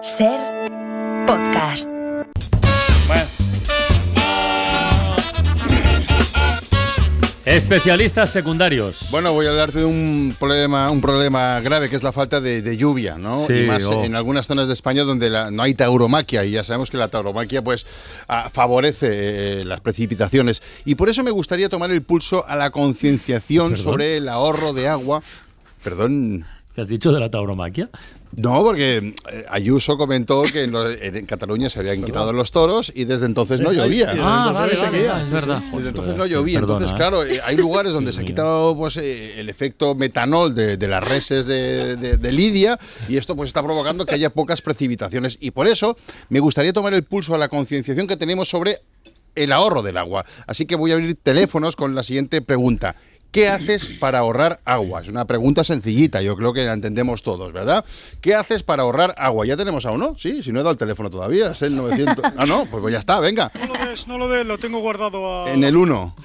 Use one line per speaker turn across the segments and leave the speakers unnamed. Ser podcast.
Bueno. Especialistas secundarios.
Bueno, voy a hablarte de un problema, un problema grave que es la falta de, de lluvia, ¿no?
Sí,
y más
oh.
en algunas zonas de España donde la- no hay tauromaquia y ya sabemos que la tauromaquia pues ah, favorece eh, las precipitaciones y por eso me gustaría tomar el pulso a la concienciación
¿Perdón?
sobre el ahorro de agua. Perdón.
¿Qué has dicho de la tauromaquia?
No, porque eh, Ayuso comentó que en, lo- en Cataluña se habían quitado los toros y desde entonces no
Eh, ahí-
llovía.
y desde Ah, entonces vale,
se
se vale, queda, vale,
es
sí,
verdad.
Desde
Joder,
Pues entonces
es
no
verdad.
llovía.
Perdona,
Entonces,
¿eh?
claro, eh, hay lugares donde
Dios
se ha
mío.
quitado pues, eh, el efecto metanol de, de las reses de, de- de Lidia y esto pues está provocando que haya pocas precipitaciones. Y por eso me gustaría tomar el pulso a la concienciación que tenemos sobre el ahorro del agua. Así que voy a abrir teléfonos con la siguiente pregunta. ¿Qué haces para ahorrar agua? Es una pregunta sencillita, yo creo que la entendemos todos, ¿verdad? ¿Qué haces para ahorrar agua? ¿Ya tenemos a uno? Sí, si no he dado el teléfono todavía, es el 900. Ah, no, pues ya está, venga.
No lo des, no lo des, lo tengo guardado a.
En el 1.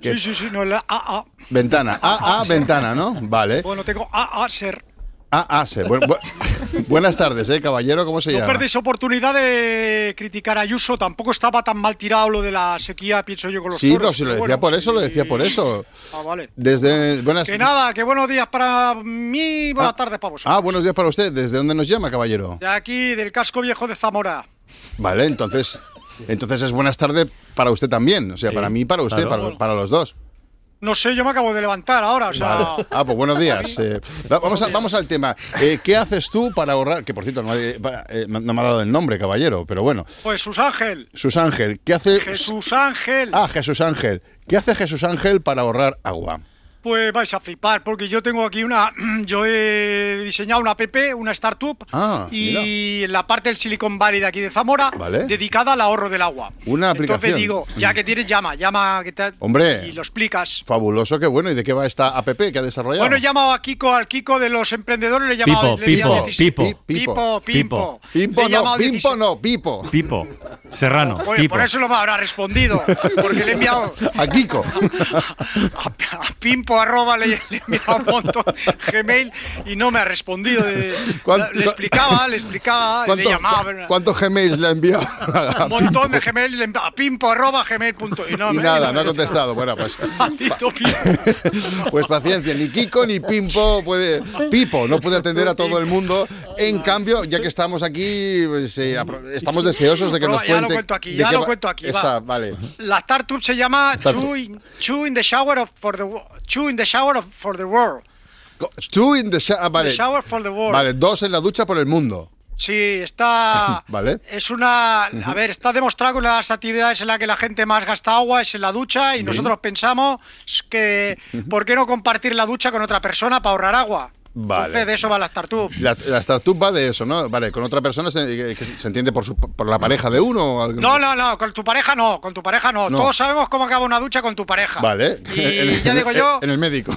que-
Sí, sí, sí, no, en la AA.
Ventana. AA, ventana, ¿no? Vale.
Ah,
Ah,
Bueno, tengo AA ser.
AA, se- bu- bu- buenas tardes, ¿eh, caballero? ¿Cómo se
No
llama?
perdéis oportunidad de criticar a Ayuso, tampoco estaba tan mal tirado lo de la sequía, pienso yo, con los
Sí,
toros,
no, si lo
pero
decía
bueno,
por eso, lo
sí.
decía por eso.
Ah, vale.
Desde. Buenas
Que nada, que buenos días para mí, buenas tardes para vosotros.
Ah, buenos días para usted. ¿Desde dónde nos llama, caballero?
De aquí, del casco viejo de Zamora.
Vale, entonces. Entonces es buenas tardes para usted también. O sea,
Sí,
para mí y para usted,
claro.
para, para los dos.
No sé, yo me acabo de levantar ahora, o sea.
Ah, pues buenos días. eh. Va- vamos, a- vamos al tema. Eh, ¿Qué haces tú para ahorrar? Que por cierto, no, eh, para- eh, no me ha dado el nombre, caballero, pero bueno.
Pues Sus Ángel,
Sus Ángel, ¿qué hace
Jesús Ángel.
Ah, Jesús Ángel. ¿Qué hace Jesús Ángel para ahorrar agua?
Pues vais a flipar, porque yo tengo aquí una. Yo he diseñado una app, una startup,
Ah,
y en la parte del Silicon Valley de aquí de Zamora,
Vale.
dedicada al ahorro del agua.
Una
Entonces
aplicación.
digo, ya que tienes, llama, llama, que te-
Hombre.
Y lo explicas.
Fabuloso, qué bueno. ¿Y de qué va esta app que ha desarrollado?
Bueno, he llamado a Kiko, al Kiko de los emprendedores, le he llamado.
Pipo,
le he llamado
Pipo, Pipo,
Pi-
Pipo,
Pipo.
Pimpo. Le
Pimpo
he
no,
llamado
Pimpo
16
no, Pipo.
Pipo. Serrano.
Bueno,
Pipo.
por eso no me habrá respondido, porque le he enviado.
A Kiko.
a, a pimpo arroba le, le he enviado un montón Gmail y no me ha respondido. de-
¿Cuánto-
le explicaba, le explicaba, le
¿Cuánto-
llamaba. pero-
¿Cuántos Gmails le ha enviado? a
un montón de Gmail le he enviado a pimpo arroba gmail punto- y no
Y
me-
nada, no ha
me-
contestado. Bueno, pues,
Maldito Pimpo.
pues paciencia, ni Kiko ni Pimpo puede. Pipo no puede atender a todo el mundo. En cambio, ya que estamos aquí, pues, eh, apro- estamos deseosos de que
No,
nos
ya lo
cuente.
cuento aquí,
de
ya
qué
lo
va-
cuento aquí, va.
Está, vale.
La startup se llama
Startup.
Chew in, Chew in the shower of- for the wo- Chew in the shower of- for the world.
Go- Two in the shower.
The
Vale.
shower for the world.
Vale, dos en la ducha por el mundo.
Sí, está.
Vale.
Es una. A ver, está demostrado que una de las actividades en las que la gente más gasta agua es en la ducha y nosotros pensamos que. ¿Por qué no compartir la ducha con otra persona para ahorrar agua?
Vale.
Entonces de eso va la startup.
La, la startup va de eso, ¿no? Vale, con otra persona se, que se entiende por, su- por la pareja de uno. o algo-
No, no, no, con tu pareja no, con tu pareja no.
No.
Todos sabemos cómo acaba una ducha con tu pareja.
Vale.
Y ya digo yo,
En el médico.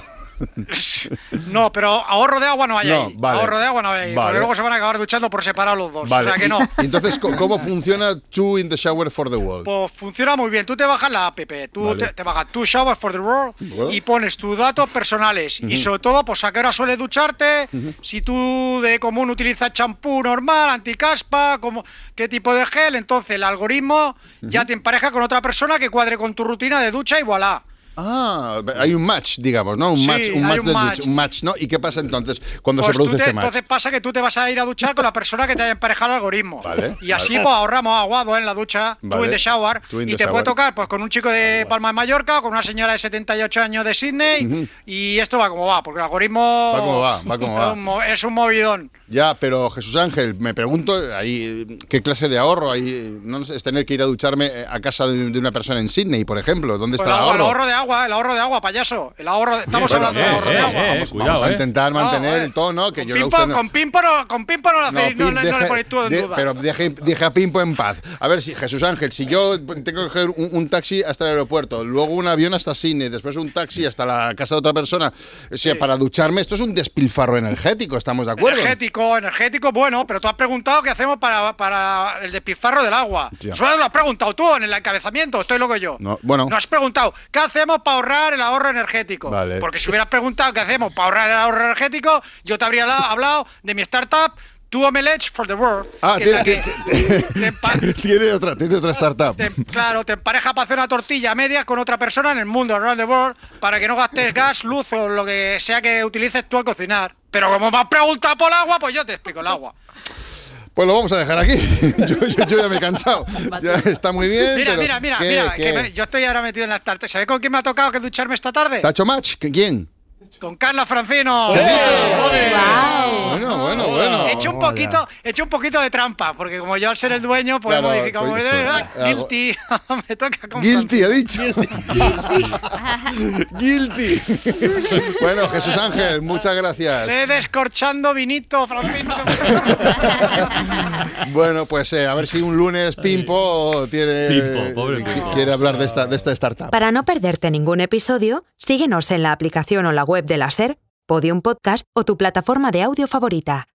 no, pero ahorro de agua no hay
No,
ahí.
vale.
Ahorro de agua no hay ahí.
Vale.
Porque luego se van a acabar duchando por separado los dos.
Vale.
O sea que no.
Y- Entonces, co- ¿cómo funciona Two in the Shower for the World?
Pues funciona muy bien. Tú te bajas la app, tú
Vale.
te, te bajas tu shower for the world
Bueno.
y pones tus datos personales. Y sobre todo, pues a qué hora sueles ducharte, si tú de común utilizas champú normal, anticaspa, como, qué tipo de gel. Entonces el algoritmo ya te empareja con otra persona que cuadre con tu rutina de ducha y voilà.
Ah, hay un match, digamos, ¿no? Un
Sí,
match, un
hay
match
un
de ducha,
match.
un match, ¿no? ¿Y qué pasa entonces cuando se
Pues tú
produce
te-
este match?
entonces pasa que tú te vas a ir a duchar con la persona que te haya emparejado el algoritmo.
Vale,
y así
vale.
pues ahorramos aguado en la ducha, tú
Vale.
en the shower.
Tú in
y
the
te puede
shower.
tocar pues con un chico de Palma de Mallorca o con una señora de 78 años de Sydney. Y esto va como va, porque el algoritmo
Va como va, va como va.
es un mo- es un movidón.
Ya, pero Jesús Ángel, me pregunto ahí qué clase de ahorro hay. No sé, es tener que ir a ducharme eh, a casa de, de una persona en Sydney, por ejemplo. ¿Dónde
Pues
está
el
el
agua- el ahorro de agua, el ahorro de agua, payaso. El ahorro de- estamos
Bueno,
hablando de
eh,
ahorro de
eh,
agua.
eh,
vamos,
cuidado,
vamos a
eh.
intentar mantener
No, eh,
el tono que
con
yo le
Pimpo,
gusta. no-
Con Pimpo no, con Pimpo no lo hacéis,
Pim,
no, le- no le
deje-
ponéis tú en
de-
duda.
Pero deje, deja a Pimpo en paz. A ver, si Jesús Ángel, si yo tengo que coger un, un taxi hasta el aeropuerto, luego un avión hasta Cine, después un taxi hasta la casa de otra persona, o sea, para ducharme, esto es un despilfarro energético, ¿estamos de acuerdo?
Energético, energético, bueno, pero tú has preguntado qué hacemos para, para el despifarro del agua.
Ya.
Solo lo has preguntado tú en el encabezamiento, estoy loco yo.
No, bueno.
No has preguntado qué hacemos para ahorrar el ahorro energético.
Vale.
Porque si hubieras preguntado qué hacemos para ahorrar el ahorro energético, yo te habría la- hablado de mi startup Two Omelets for the World.
Ah,
que es
tiene,
la que te empa-
tiene- tiene otra, tiene otra startup.
te- claro, te empareja para hacer una tortilla a medias con otra persona en el mundo, around the world, para que no gastes gas, luz o lo que sea que utilices tú al cocinar. Pero como me has preguntado por el agua, pues yo te explico el agua.
Pues lo vamos a dejar aquí. Yo, yo- yo ya me he cansado. Ya está muy bien.
Mira,
pero
mira, mira,
¿qué-
mira, que
qué?
me- yo estoy ahora metido en las tardes. ¿Sabes con quién me ha tocado que ducharme esta tarde?
¿Tacho Match? ¿Qué- ¿Quién?
Con Carla Francino.
¿Qué dices?
¡Guau!
Bueno, bueno,
Hola.
bueno.
He hecho Ah, un poquito, he hecho un poquito de trampa, porque como yo al ser el dueño, pues
Claro,
modificamos.
pues eso, algo-
guilty. me toca con
Guilty, ha dicho. Guilty. bueno, Jesús Ángel, muchas gracias.
Le descorchando vinito, Francino.
Bueno, pues eh, a ver si un lunes Pimpo tiene
Pimpo, pobre
qui-
Pimpo.
quiere hablar de esta de esta startup.
Para no perderte ningún episodio, síguenos en la aplicación o la web de la SER, Podium Podcast o tu plataforma de audio favorita.